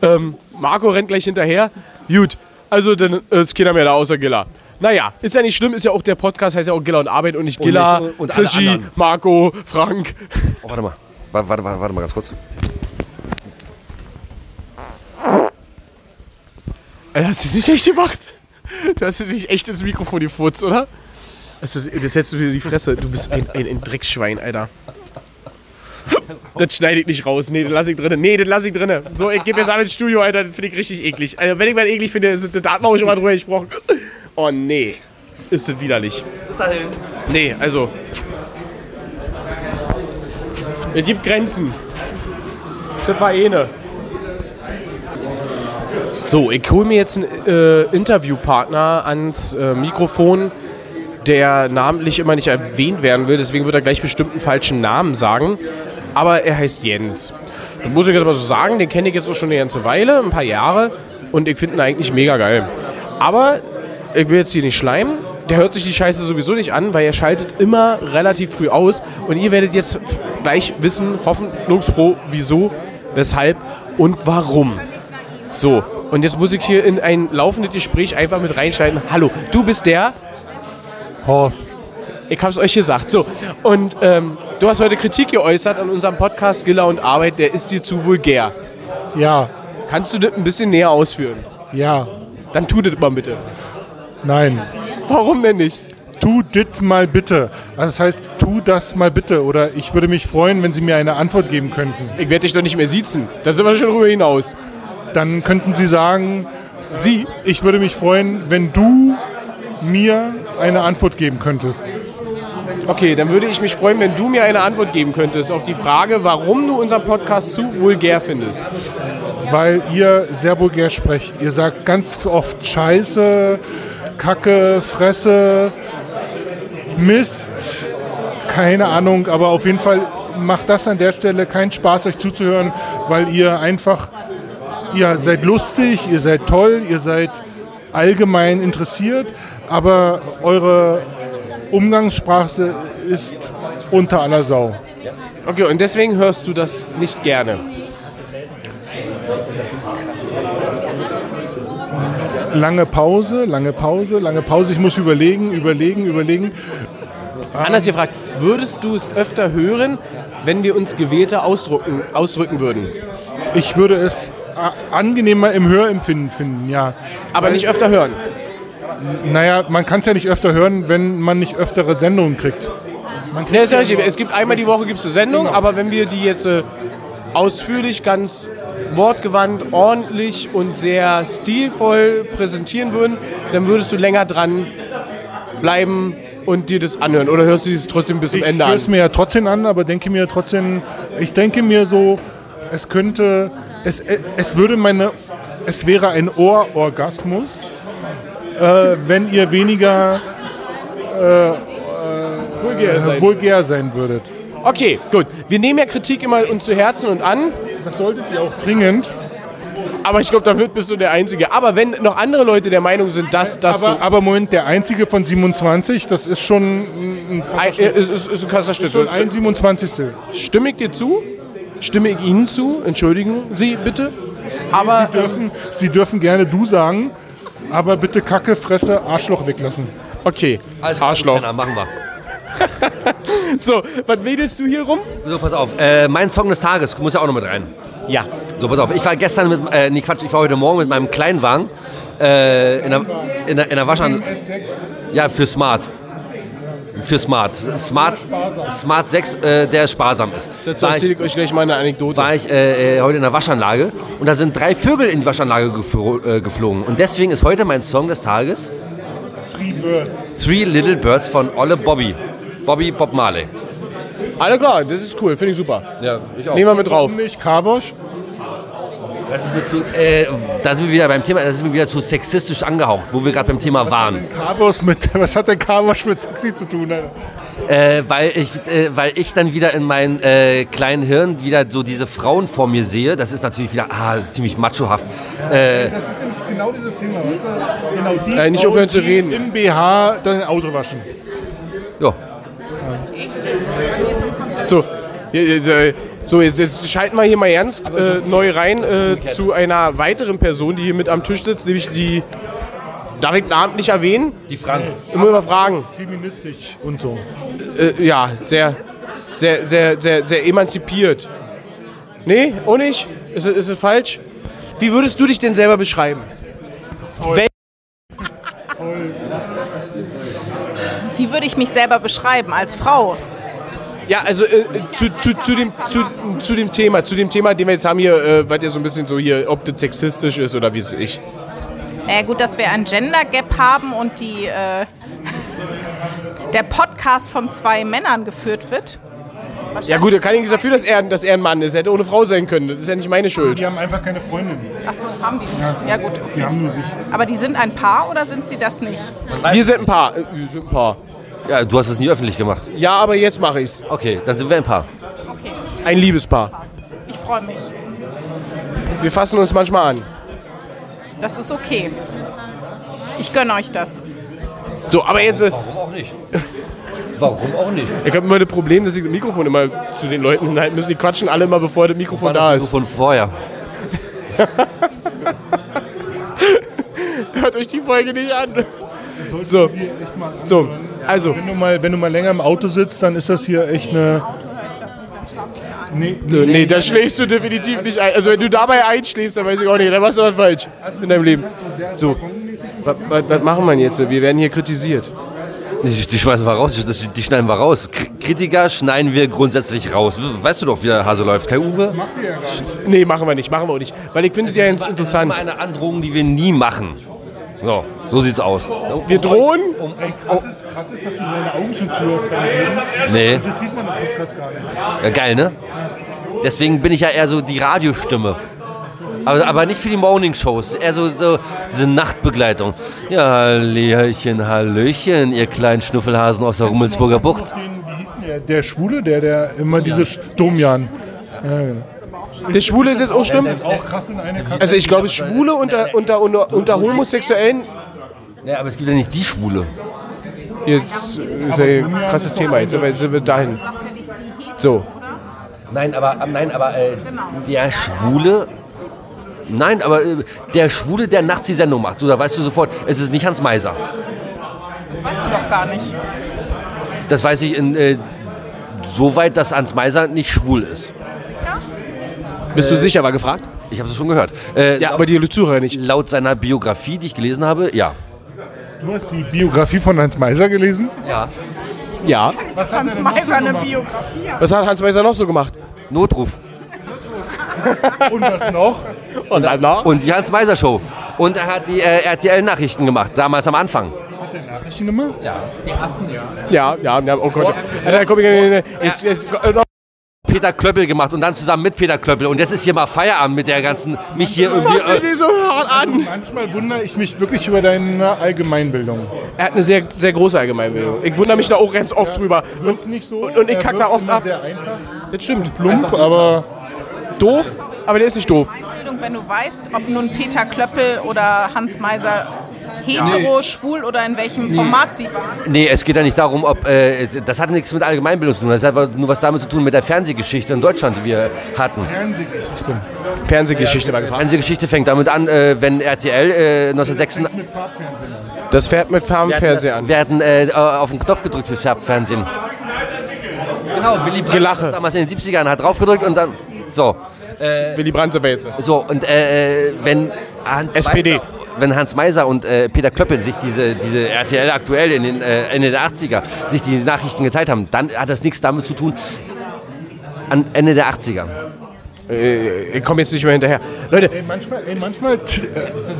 Ähm, Marco rennt gleich hinterher. Gut, also dann äh, ist keiner mehr da außer Gilla. Naja, ist ja nicht schlimm, ist ja auch der Podcast, heißt ja auch Gilla und Arbeit und nicht Gilla, nicht- und alle Krischi, anderen. Marco, Frank. Oh, warte mal. Warte, warte, warte, warte mal ganz kurz. Äh, Alter, hast du dich echt gemacht? Du hast dich echt ins Mikrofon gefurzt, oder? Das, ist, das hältst du wieder die Fresse. Du bist ein, ein, ein Dreckschwein, Alter. Das schneide ich nicht raus. Nee, das lasse ich drinne. Nee, das lasse ich drinne. So, ich gebe jetzt ab ins Studio, Alter. Das finde ich richtig eklig. Also, wenn ich mal eklig finde, ist, das- da hat man auch schon mal drüber gesprochen. Oh, nee. Ist das widerlich. Bis dahin. Nee, also. Es gibt Grenzen. Das war eh ne. eine. So, ich hole mir jetzt einen äh, Interviewpartner ans äh, Mikrofon, der namentlich immer nicht erwähnt werden will. Deswegen wird er gleich bestimmt einen falschen Namen sagen. Aber er heißt Jens. Das muss ich jetzt mal so sagen. Den kenne ich jetzt auch schon eine ganze Weile, ein paar Jahre. Und ich finde ihn eigentlich mega geil. Aber ich will jetzt hier nicht schleimen. Der hört sich die Scheiße sowieso nicht an, weil er schaltet immer relativ früh aus. Und ihr werdet jetzt gleich wissen, hoffnungsfroh, wieso, weshalb und warum. So, und jetzt muss ich hier in ein laufendes Gespräch einfach mit reinschalten. Hallo, du bist der? Horst. Ich hab's euch gesagt. So, und ähm, du hast heute Kritik geäußert an unserem Podcast Gilla und Arbeit, der ist dir zu vulgär. Ja, Kannst du das ein bisschen näher ausführen? ja, Dann tu das mal bitte. nein. Warum denn nicht? Tu dit mal bitte. Also das heißt, tu das mal bitte. Oder ich würde mich freuen, wenn Sie mir eine Antwort geben könnten. Ich werde dich doch nicht mehr siezen. Da sind wir schon drüber hinaus. Dann könnten Sie sagen, Sie, ich würde mich freuen, wenn du mir eine Antwort geben könntest. Okay, dann würde ich mich freuen, wenn du mir eine Antwort geben könntest auf die Frage, warum du unseren Podcast zu vulgär findest. Weil ihr sehr vulgär sprecht. Ihr sagt ganz oft Scheiße, Kacke, Fresse, Mist, keine Ahnung, aber auf jeden Fall macht das an der Stelle keinen Spaß, euch zuzuhören, weil ihr einfach, ihr seid lustig, ihr seid toll, ihr seid allgemein interessiert, aber eure Umgangssprache ist unter aller Sau. Okay, und deswegen hörst du das nicht gerne. Lange Pause, lange Pause, lange Pause. Ich muss überlegen, überlegen, überlegen. Anders gefragt, würdest du es öfter hören, wenn wir uns gewählter ausdrücken, ausdrücken würden? Ich würde es a- angenehmer im Hörempfinden finden, ja. Aber nicht öfter hören? Naja, man kann es ja nicht öfter hören, wenn man nicht öftere Sendungen kriegt. Ne, ist ja richtig. Es gibt einmal die Woche gibt's eine Sendung, aber wenn wir die jetzt äh, ausführlich, ganz wortgewandt, ordentlich und sehr stilvoll präsentieren würden, dann würdest du länger dran bleiben und dir das anhören. Oder hörst du dieses trotzdem bis zum Ich Ende höre an? es mir ja trotzdem an, aber denke mir trotzdem, ich denke mir so, es könnte, es, äh, es würde meine, es wäre ein Ohrorgasmus, äh, wenn ihr weniger äh, äh, Vulgär sein. vulgär sein würdet. Okay, gut. Wir nehmen ja Kritik immer uns zu Herzen und an. Das solltet ihr auch dringend. Aber ich glaube, damit bist du der Einzige. Aber wenn noch andere Leute der Meinung sind, dass das so Aber, aber Moment, der einzige von 27, das ist schon ein, ein krasser Ein- äh, es ist, ist ein krasser Schnitt. schon ein 27. Stimme ich dir zu? Stimme ich Ihnen zu? Entschuldigen Sie bitte. Aber Sie dürfen, Sie dürfen gerne du sagen, aber bitte Kacke, Fresse, Arschloch weglassen. Okay, Alles Arschloch. Männer, machen wir. So, was wedelst du hier rum? So, pass auf. Äh, mein Song des Tages muss ja auch noch mit rein. Ja. So, pass auf. Ich war gestern mit, äh, nee, Quatsch, ich war heute Morgen mit meinem Kleinwagen äh, in der, in der, in der Waschanlage. Ja, für Smart. Für Smart. Smart, Smart 6, äh, der sparsam ist. Dazu War ich- erzähle ich euch gleich mal eine Anekdote. war ich äh, äh, heute in der Waschanlage und da sind drei Vögel in die Waschanlage geflo äh, geflogen. Und deswegen ist heute mein Song des Tages Three Birds. Three Little Birds von Olle Bobby. Bobby Bob Marley. Alles klar, das ist cool, finde ich super. Ja, ich auch. Nehmen wir mit drauf. Nicht Carwash? Das ist mir zu, äh, da sind wir wieder beim Thema, das ist mir wieder zu sexistisch angehaucht, wo wir gerade beim Thema waren. Carwash mit, was hat denn Carwash mit Sexy zu tun? Alter? Äh, weil, ich, äh, weil ich dann wieder in meinem äh, kleinen Hirn wieder so diese Frauen vor mir sehe. Das ist natürlich wieder ah, ziemlich machohaft. Äh, Das ist nämlich genau dieses Thema. weißt du? Genau die Nein, nicht Frauen, aufhören zu die reden. Im BH dein Auto waschen. ja. So, Ja, ja, ja. so jetzt, jetzt schalten wir hier mal ganz äh, neu rein äh, zu einer weiteren Person, die hier mit am Tisch sitzt, nämlich die. Darf ich den Namen nicht erwähnen? Die Frank. Ich muss mal fragen. Feministisch und so. Äh, ja, sehr, sehr, sehr, sehr, sehr emanzipiert. Nee, auch nicht? Ist, es- ist es falsch? Wie würdest du dich denn selber beschreiben? Wel- Wie würde ich mich selber beschreiben als Frau? Ja, also äh, zu, zu, zu, dem, zu, zu dem Thema, zu dem Thema, den wir jetzt haben hier, äh, was ja so ein bisschen so hier, ob das sexistisch ist oder wie es ich. Naja, gut, dass wir ein Gender Gap haben und die, äh, der Podcast von zwei Männern geführt wird. Ja gut, da kann ich nichts dafür, dass er, dass er ein Mann ist. Er hätte ohne Frau sein können. Das ist ja nicht meine Schuld. Die haben einfach keine Freundin. Achso, haben die nicht. Ja, gut, okay. Die haben nur sich. Aber die sind ein Paar oder sind sie das nicht? Wir sind ein Paar. Äh, Wir sind ein Paar. Ja, du hast es nie öffentlich gemacht. Ja, aber jetzt mache ich's. Okay, dann sind wir ein Paar. Okay, Ein Liebespaar. ich freue mich. Wir fassen uns manchmal an. Das ist okay. Ich gönne euch das. So, aber jetzt. Äh, Warum auch nicht? Warum auch nicht? ich habe immer das Problem, dass ich das Mikrofon immer zu den Leuten hinhalten müssen. Die quatschen alle immer, bevor das Mikrofon da ist. Von vorher. Hört euch die Folge nicht an. So, so. also. Wenn du, mal, wenn du mal länger im Auto sitzt, dann ist das hier echt eine. Nee, So, nee, da schläfst du definitiv nicht ein. Also wenn du dabei einschläfst, dann weiß ich auch nicht, dann machst du was falsch in deinem Leben. So, was, was machen wir denn jetzt? Wir werden hier kritisiert. Die, die schmeißen wir raus, die, die schneiden wir raus. K Kritiker schneiden wir grundsätzlich raus. Weißt du doch, wie der Hase läuft, Kai Uwe? Nee, machen wir nicht, machen wir auch nicht. Weil ich finde es ja ganz interessant. Das ist immer eine Androhung, die wir nie machen. So, so sieht's aus. Wir drohen, Krass ist, krass ist, dass du deine Augen schon zuhörst beim Reden. Nee, Das sieht man im Podcast gar nicht. ja, geil, ne? Deswegen bin ich ja eher so die Radiostimme. Aber, aber nicht für die Morning-Shows, eher so, so diese Nachtbegleitung. Ja, Hallöchen, Hallöchen, ihr kleinen Schnuffelhasen aus der Rummelsburger Bucht. Den, wie hieß denn der? Der Schwule, der, der immer diese Sch- Domian. Ja, genau. der Schwule ist jetzt auch schlimm. Das ist auch krass in eine Kasse. Also ich glaube, Schwule unter, unter, unter, unter Homosexuellen, Ja, aber es gibt ja nicht die Schwule. jetzt äh, ist ja ein krasses Thema, jetzt sind wir, sind wir dahin. So, Nein, aber, nein, aber äh, Genau, der Schwule. Nein, aber äh, der Schwule, der nachts die Sendung macht, du, da weißt du sofort, es ist nicht Hans Meiser. Das weißt du doch gar nicht. Das weiß ich in, äh, soweit, dass Hans Meiser nicht schwul ist. bist du sicher, war gefragt? Ich habe es schon gehört. Äh, Ja, laut- aber die Zuhörer nicht. laut seiner Biografie, die ich gelesen habe, ja. Du hast die Biografie von Hans Meiser gelesen? ja. Ja. Was hat Hans Meiser eine Biografie. Was hat Hans Meiser noch so gemacht? Notruf. Und was noch? Und dann noch? Und die Hans Meiser Show. Und er hat die äh, RTL-Nachrichten gemacht, damals am Anfang. Nachrichten immer? Ja, ja, ja, oh Gott. Alter, komm, ich, nee, nee, nee. Jetzt, jetzt, äh, noch- Peter Klöppel gemacht und dann zusammen mit Peter Klöppel. Und jetzt ist hier mal Feierabend mit der ganzen, mich hier irgendwie... Fass mich Äh, nicht so hart an. Manchmal wundere ich mich wirklich über deine Allgemeinbildung. Er hat eine sehr, sehr große Allgemeinbildung. Ich wundere mich da auch ganz oft drüber. Und, Nicht so. und, und ich er kack wirkt da oft immer ab. Sehr einfach. Das stimmt. Plump, aber Doof, aber der ist nicht doof. Bildung, wenn du weißt, ob nun Peter Klöppel oder Hans Meiser hetero, schwul oder in welchem Format sie waren. äh, nee, es geht ja nicht darum, ob... Äh, das hat nichts mit Allgemeinbildung zu tun. Das hat aber nur was damit zu tun mit der Fernsehgeschichte in Deutschland, die wir hatten. Fernsehgeschichte. Fernsehgeschichte war gefragt. Fernsehgeschichte fängt damit an, äh, wenn RTL äh, 1986... Das fährt mit Farbenfernsehen an. Wir hatten äh, auf den Knopf gedrückt für Fernsehen. Genau, Willy Brandt Gelache. hat damals in den 70ern hat draufgedrückt und dann so Willy Brandt sind wir jetzt. so und äh, äh, wenn Hans SPD. Meiser, wenn Hans Meiser und äh, Peter Klöppel sich diese, diese RTL aktuell in den äh, Ende der 80er sich die Nachrichten geteilt haben, dann hat das nichts damit zu tun an Ende der 80er. Äh, Ich komme jetzt nicht mehr hinterher. Leute, Ey, manchmal, ey, manchmal t- äh,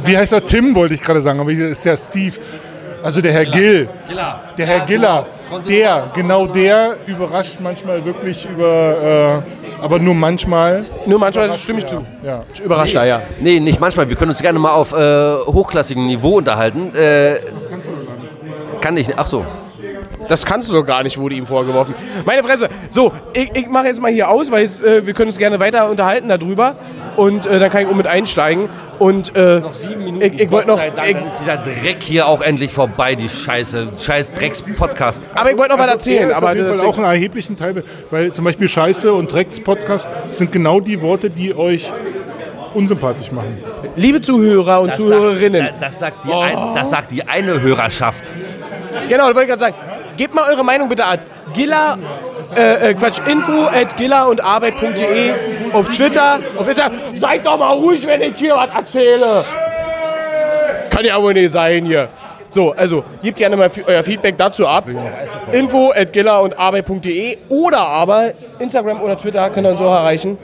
wie heißt er? Tim wollte ich gerade sagen, aber hier ist ja Steve. Also der Herr Gill. Der Herr Giller. Der, genau der überrascht manchmal wirklich über, äh, aber nur manchmal. nur manchmal stimme ich zu. Ja. Überrascht da, ja. Nee, nicht manchmal. Wir können uns gerne mal auf äh, hochklassigem Niveau unterhalten. Äh, kann ich. Ach so. Das kannst du doch gar nicht, wurde ihm vorgeworfen. Meine Fresse. So, ich, ich mache jetzt mal hier aus, weil jetzt, äh, wir können uns gerne weiter unterhalten darüber. Und äh, dann kann ich auch mit einsteigen. Und äh, ich, ich wollte noch, ich, dann ist dieser Dreck hier auch endlich vorbei, die Scheiße. Scheiß Drecks-Podcast. aber ich wollte noch was erzählen. Der Also ist Aber auf jeden das- Fall auch einen erheblichen Teil, weil zum Beispiel Scheiße und Drecks-Podcast sind genau die Worte, die euch unsympathisch machen. Liebe Zuhörer und Zuhörerinnen, Sagt, das, sagt die ein, das sagt die eine Hörerschaft. Genau, das wollte ich gerade sagen. Gebt mal eure Meinung bitte an. Gilla, äh, äh, Quatsch, info at gilla und arbeit.de E, auf Twitter, auf Insta. Seid doch mal ruhig, wenn ich hier was erzähle. Kann ja wohl nicht sein hier. So, also gebt gerne mal f- euer Feedback dazu ab. Info at gilla und arbeit.de E oder aber Instagram oder Twitter könnt ihr uns auch erreichen.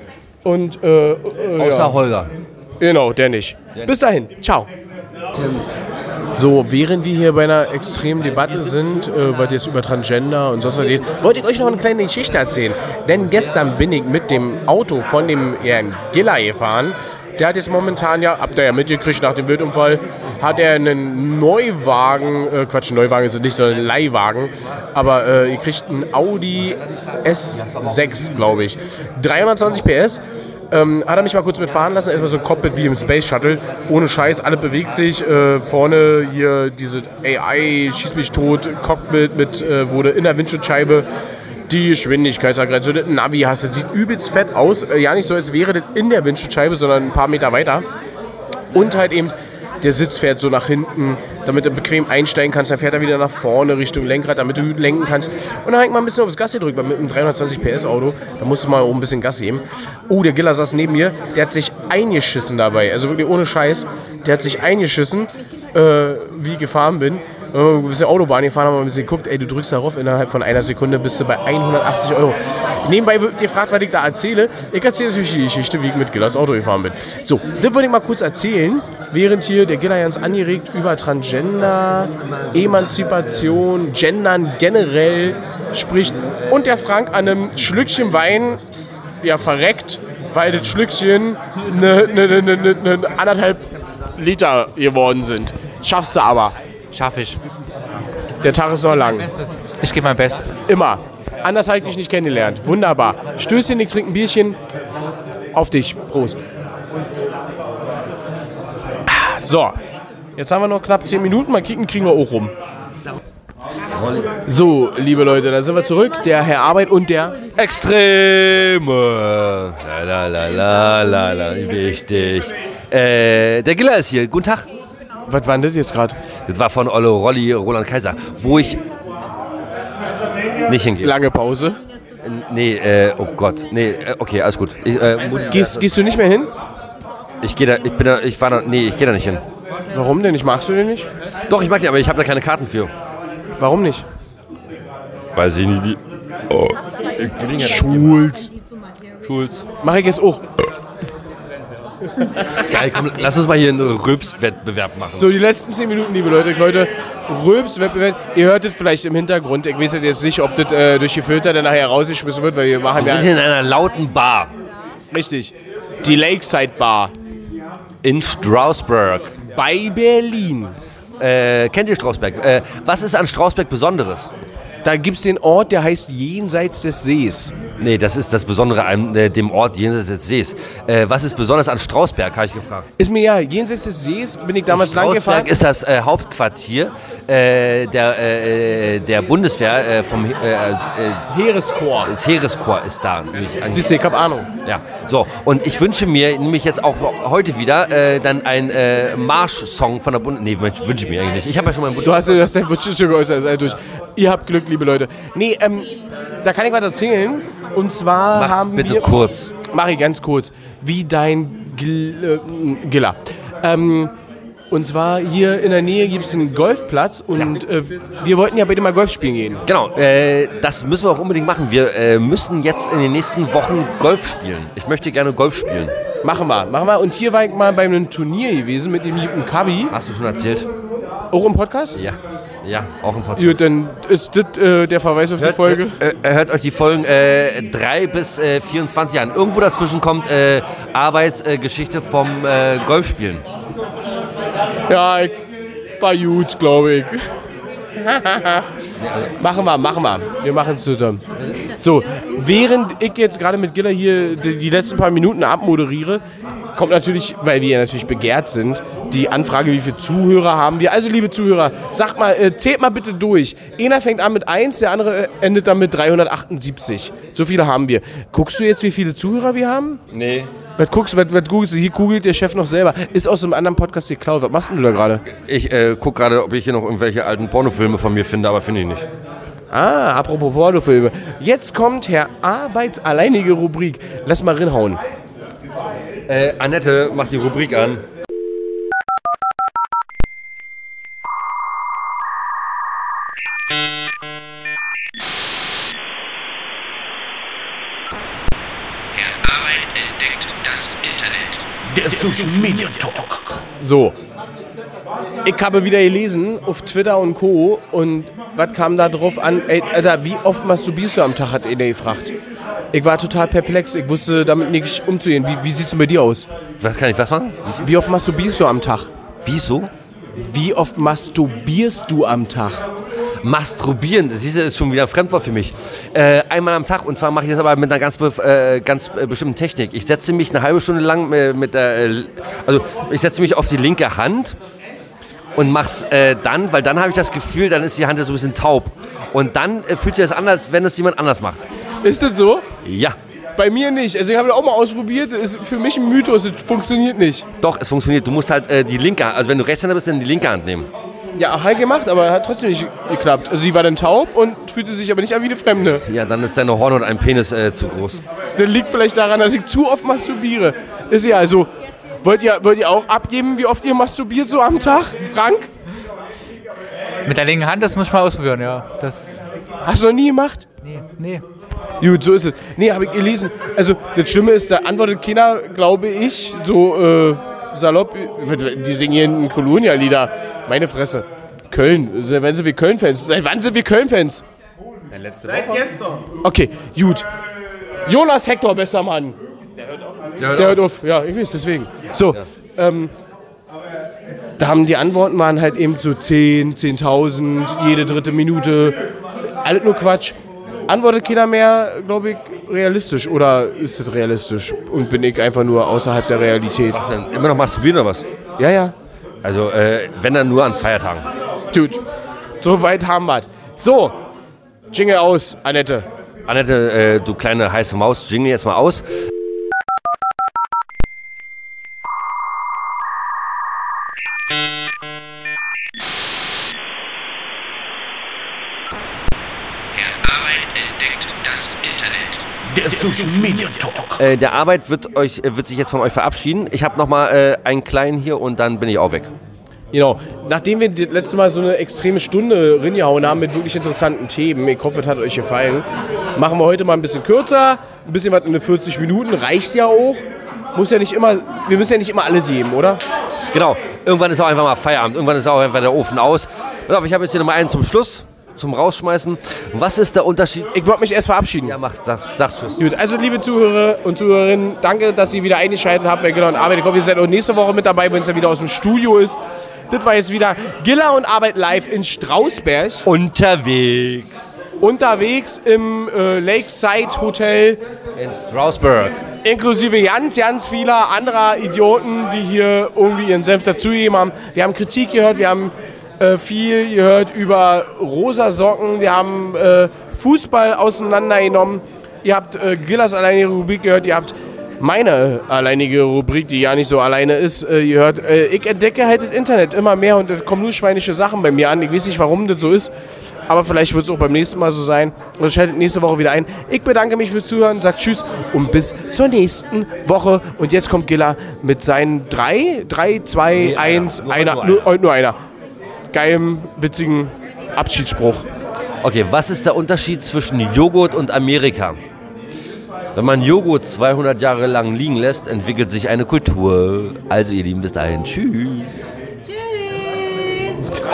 Und, äh, äh, Außer Holger. Genau, der nicht. Der Bis nicht. dahin, ciao. So, während wir hier bei einer extremen Debatte sind, äh, was jetzt über Transgender und sonst was geht, wollte ich euch noch eine kleine Geschichte erzählen. Denn gestern bin ich mit dem Auto von dem Herrn Giller gefahren. Der hat jetzt momentan ja, habt ihr ja mitgekriegt nach dem Wildunfall, hat er einen Neuwagen, äh, Quatsch, Neuwagen ist es nicht, sondern einen Leihwagen, aber äh, ihr kriegt einen Audi S6, glaube ich. 320 PS. Ähm, hat er mich mal kurz mitfahren lassen. Erstmal so ein Cockpit wie im Space Shuttle. Ohne Scheiß, alles bewegt sich. Äh, vorne hier diese AI, schieß mich tot, Cockpit mit, äh, wurde in der Windschutzscheibe. Die Geschwindigkeitsabgrenzung, das Navi hast du, sieht übelst fett aus. Äh, ja, nicht so, als wäre das in der Windschutzscheibe, sondern ein paar Meter weiter. Und halt eben, der Sitz fährt so nach hinten, damit du bequem einsteigen kannst. Dann fährt er wieder nach vorne Richtung Lenkrad, damit du lenken kannst. Und dann hängt man ein bisschen aufs Gas gedrückt, weil mit einem 320 PS Auto, da musst du mal oben ein bisschen Gas geben. Oh, der Giller saß neben mir, der hat sich eingeschissen dabei. Also wirklich ohne Scheiß, der hat sich eingeschissen, äh, wie ich gefahren bin. Wenn wir ein bisschen Autobahn gefahren haben, haben wir ein bisschen geguckt, ey, du drückst darauf, innerhalb von einer Sekunde bist du bei 180 Euro. Nebenbei wird gefragt, was ich da erzähle. Ich erzähle natürlich die Geschichte, wie ich mit Gillers Auto gefahren bin. So, das würde ich mal kurz erzählen, während hier der Giller ganz angeregt über Transgender, Emanzipation, Gendern generell spricht und der Frank an einem Schlückchen Wein ja verreckt, weil das Schlückchen ne, ne, ne, ne, ne, ne anderthalb Liter geworden sind. Schaffst du aber. Schaff ich. Der Tag ist noch lang. Ich gebe mein Bestes. Immer. Anders habe ich dich nicht kennengelernt. Wunderbar. Stößchen, ich trinke ein Bierchen. Auf dich. Prost. Ah, So. Jetzt haben wir noch knapp 10 Minuten. Mal kicken, kriegen wir auch rum. So, liebe Leute, da sind wir zurück. Der Herr Arbeit und der Extreme. La la la la la la. Wichtig. Äh, der Giller ist hier. Guten Tag. Was war denn das jetzt gerade? Das war von Olle Rolli, Roland Kaiser, wo ich nicht hingehe. Lange Pause? Nee, äh, oh Gott. Nee, äh, okay, alles gut. Ich, äh, gehst, gehst du nicht mehr hin? Ich gehe da, ich bin da, ich war da, nee, ich gehe da nicht hin. Warum denn nicht? Magst du den nicht? Doch, ich mag den, aber ich habe da keine Karten für. Warum nicht? Weil sie nie die... Oh. Schulz. Schulz. Mach ich jetzt auch. Geil, komm, lass uns mal hier einen Rübs-Wettbewerb machen. So, die letzten 10 Minuten, liebe Leute, Leute. Röps-Wettbewerb. Ihr hört es vielleicht im Hintergrund. Ich weiß jetzt nicht, ob das äh, durch die Filter dann nachher rausgeschmissen wird, weil wir machen Wir sind in einer lauten Bar. Richtig. Die Lakeside Bar. In Strausberg. Bei Berlin. Äh, kennt ihr Strausberg? Äh, was ist an Strausberg Besonderes? Da gibt es den Ort, der heißt Jenseits des Sees. Nee, das ist das Besondere an äh, dem Ort jenseits des Sees. Äh, was ist besonders an Strausberg, habe ich gefragt. Ist mir ja, jenseits des Sees bin ich damals lang gefahren. Strausberg ist das äh, Hauptquartier äh, der, äh, der Bundeswehr äh, vom äh, äh, Heereschor. Das Heereschor ist da. Siehst du, ich habe Ahnung. Ja, so. Und ich wünsche mir nämlich jetzt auch heute wieder äh, dann ein äh, Marschsong von der Bundeswehr. Nee, Mensch, wünsche ich mir eigentlich nicht. Ich habe ja schon meinen Wunsch. Du hast, du hast dein Wunsch schon geäußert, ist alles durch. Ihr habt Glück, liebe Leute. Nee, ähm, da kann ich was erzählen. Und zwar Mach's haben bitte wir... kurz. Mach ich ganz kurz. Wie dein Gil, äh, Giller. Ähm, und zwar hier in der Nähe gibt es einen Golfplatz und äh, wir wollten ja bitte mal Golf spielen gehen. Genau, äh, das müssen wir auch unbedingt machen. Wir äh, müssen jetzt in den nächsten Wochen Golf spielen. Ich möchte gerne Golf spielen. Machen wir, machen wir. Und hier war ich mal bei einem Turnier gewesen mit dem lieben Kabi. Hast du schon erzählt? Auch im Podcast? Ja. Ja, auch im Podcast. Gut, dann ist das äh, der Verweis auf die Folge. Hört, äh, hört euch die Folgen äh, 3 bis äh, 24 an. Irgendwo dazwischen kommt äh, Arbeitsgeschichte äh, Geschichte vom äh, Golfspielen. Ja, ich war gut, glaube ich. machen wir, machen wir. Wir machen es zusammen. So, während ich jetzt gerade mit Giller hier die, die letzten paar Minuten abmoderiere, kommt natürlich, weil wir ja natürlich begehrt sind, die Anfrage, wie viele Zuhörer haben wir. Also, liebe Zuhörer, sagt mal, äh, zählt mal bitte durch. Einer fängt an mit 1, der andere äh, endet dann mit 378. So viele haben wir. Guckst du jetzt, wie viele Zuhörer wir haben? Nee. Was guckst, was, was googelst du? Hier googelt der Chef noch selber. Ist aus einem anderen Podcast geklaut. Was machst denn du da gerade? Ich äh, gucke gerade, ob ich hier noch irgendwelche alten Pornofilme von mir finde, aber finde ich nicht. Ah, apropos Pornofilme. Jetzt kommt Herr Arbeits alleinige Rubrik. Lass mal rinhauen. Äh, Annette macht die Rubrik an. Herr Arbeit entdeckt das Internet. Der Social Media Talk. So. Ich habe wieder gelesen auf Twitter und Co. Und was kam da drauf an? Ey, Alter, wie oft masturbierst du am Tag, hat Ede gefragt. Ich war total perplex. Ich wusste damit nicht umzugehen. Wie, wie sieht es denn bei dir aus? Was kann ich was machen? Wie oft masturbierst du am Tag? Wieso? Wie oft masturbierst du am Tag? Masturbieren, das ist- ist schon wieder ein Fremdwort für mich. Äh, einmal am Tag und zwar mache ich das aber mit einer ganz, bef- äh, ganz äh, bestimmten Technik. Ich setze mich eine halbe Stunde lang äh, mit der, äh, also ich setze mich auf die linke Hand und mach's äh, dann, weil dann habe ich das Gefühl, dann ist die Hand ja so ein bisschen taub. Und dann äh, fühlt sich das an, als wenn es jemand anders macht. Ist das so? Ja. Bei mir nicht. Also ich habe das auch mal ausprobiert. Ist für mich ein Mythos. Es funktioniert nicht. Doch, es funktioniert. Du musst halt äh, die linke, also wenn du Rechtshänder bist, dann die linke Hand nehmen. Ja, halt gemacht, aber hat trotzdem nicht geklappt. Also sie war dann taub und fühlte sich aber nicht an wie eine Fremde. Ja, dann ist deine Horn und ein Penis äh, zu groß. Das liegt vielleicht daran, dass ich zu oft masturbiere. Ist ja also. Wollt ihr, wollt ihr auch abgeben, wie oft ihr masturbiert so am Tag, Frank? Mit der linken Hand, das muss ich mal ausprobieren, ja. Das, Hast du noch nie gemacht? nee, nee. Gut, so ist es. Nee, habe ich gelesen. Also, das Schlimme ist, da antwortet keiner, glaube ich, so äh, salopp. Die singen hier in Kolonia-Lieder. Meine Fresse. Köln. Seit wann sind wir Köln-Fans? Seit wann sind wir Köln-Fans? Der letzte Seit gestern. Okay, gut. Jonas Hector, bester Mann. Der hört auf. Der hört auf. Ja, ich weiß, deswegen. So, ähm, da haben die Antworten waren halt eben so 10, 10.000, jede dritte Minute. Alles nur Quatsch. Antwortet keiner mehr, glaube ich, realistisch. Oder ist es realistisch? Und bin ich einfach nur außerhalb der Realität? Was denn? Immer noch masturbieren oder was? Ja, ja. Also, äh, wenn dann nur an Feiertagen. Dude, so weit haben wir So, Jingle aus, Annette. Annette, äh, du kleine heiße Maus, jingle jetzt mal aus. Herr Arbeit entdeckt das Internet. Der Social Media Talk. Äh, der Arbeit wird, euch, äh, wird sich jetzt von euch verabschieden. Ich habe nochmal äh, einen kleinen hier und dann bin ich auch weg. Genau. Nachdem wir das letzte Mal so eine extreme Stunde reingehauen haben mit wirklich interessanten Themen, ich hoffe, es hat euch gefallen, machen wir heute mal ein bisschen kürzer, ein bisschen was in den 40 Minuten, reicht ja auch. Muss ja nicht immer, wir müssen ja nicht immer alle geben, oder? Genau, irgendwann ist auch einfach mal Feierabend, irgendwann ist auch einfach der Ofen aus. Pass auf, ich habe jetzt hier nochmal einen zum Schluss, zum Rausschmeißen. Was ist der Unterschied? Ich wollte mich erst verabschieden. Ja, mach das, sag Tschüss. Gut, also liebe Zuhörer und Zuhörerinnen, danke, dass ihr wieder eingeschaltet habt bei Giller und Arbeit. Ich hoffe, ihr seid auch nächste Woche mit dabei, wenn es dann wieder aus dem Studio ist. Das war jetzt wieder Giller und Arbeit live in Strausberg. Unterwegs. Unterwegs im äh, Lakeside Hotel. In Strausberg. Inklusive ganz, ganz vieler anderer Idioten, die hier irgendwie ihren Senf dazugegeben haben. Wir haben Kritik gehört, wir haben äh, viel gehört über rosa Socken, wir haben äh, Fußball auseinandergenommen. Ihr habt äh, Gillers alleinige Rubrik gehört, ihr habt meine alleinige Rubrik, die ja nicht so alleine ist, äh, gehört. Äh, ich entdecke halt das Internet immer mehr und es kommen nur schweinische Sachen bei mir an. Ich weiß nicht, warum das so ist. Aber vielleicht wird es auch beim nächsten Mal so sein. Und schaltet nächste Woche wieder ein. Ich bedanke mich fürs Zuhören, sagt Tschüss und bis zur nächsten Woche. Und jetzt kommt Gilla mit seinen drei, drei, zwei, eins, einer, nur, äh, nur einer. Geilem, witzigen Abschiedsspruch. Okay, was ist der Unterschied zwischen Joghurt und Amerika? Wenn man Joghurt 200 Jahre lang liegen lässt, entwickelt sich eine Kultur. Also ihr Lieben, bis dahin. Tschüss. Tschüss.